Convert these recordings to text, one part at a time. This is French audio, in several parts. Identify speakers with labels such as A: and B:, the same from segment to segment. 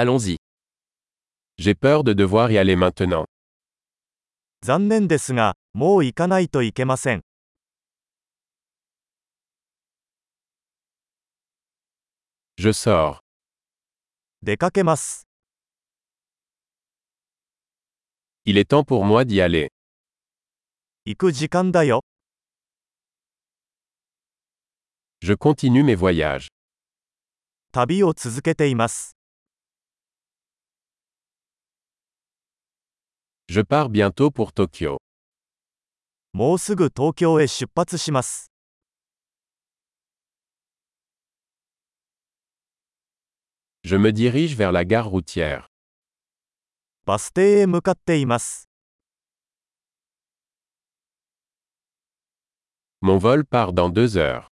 A: Allons-y. J'ai peur de devoir y aller maintenant.
B: 残念ですが、もう行かないといけません。
A: Je sors.
B: 出かけます。
A: Il est temps pour moi d'y aller.
B: 行く時間だよ。
A: Je continue mes voyages.
B: 旅を続けています。
A: Je pars bientôt pour Tokyo.
B: もうすぐ東京へ出発します。
A: Je me dirige vers la gare routière.
B: バス停へ向かっています。
A: Mon vol part dans deux heures.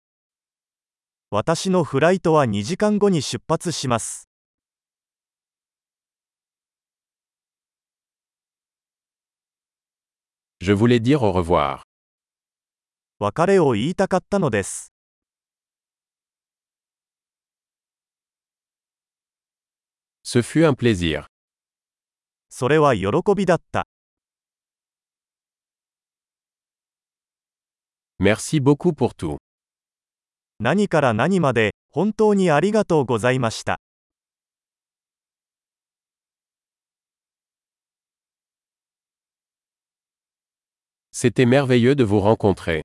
B: 私のフライトは2時間後に出発します。
A: Je voulais dire au revoir.
B: 別れを言いたかったのです。
A: Ce fut un plaisir.
B: それは喜びだった。
A: Merci beaucoup pour tout.
B: 何から何まで、本当にありがとうございました。
A: C'était merveilleux de vous rencontrer.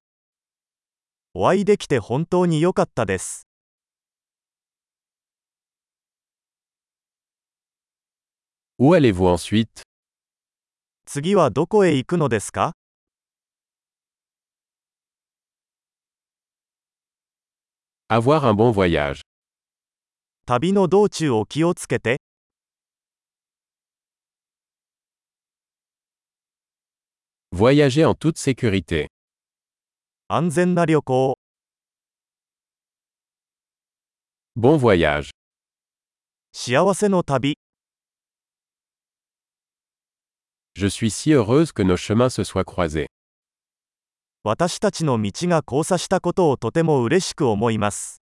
B: お会いできて本当に良かったです。
A: Où allez-vous ensuite
B: 次はどこへ行くのですか
A: Avoir un bon voyage.
B: 旅の道中を気をつけて。
A: Voyager en toute sécurité.
B: 安全な旅行を。
A: Bon voyage.
B: 幸せの旅。
A: Je suis si heureuse que nos chemins se soient croisés.
B: 私たちの道が交差したことをとても嬉しく思います。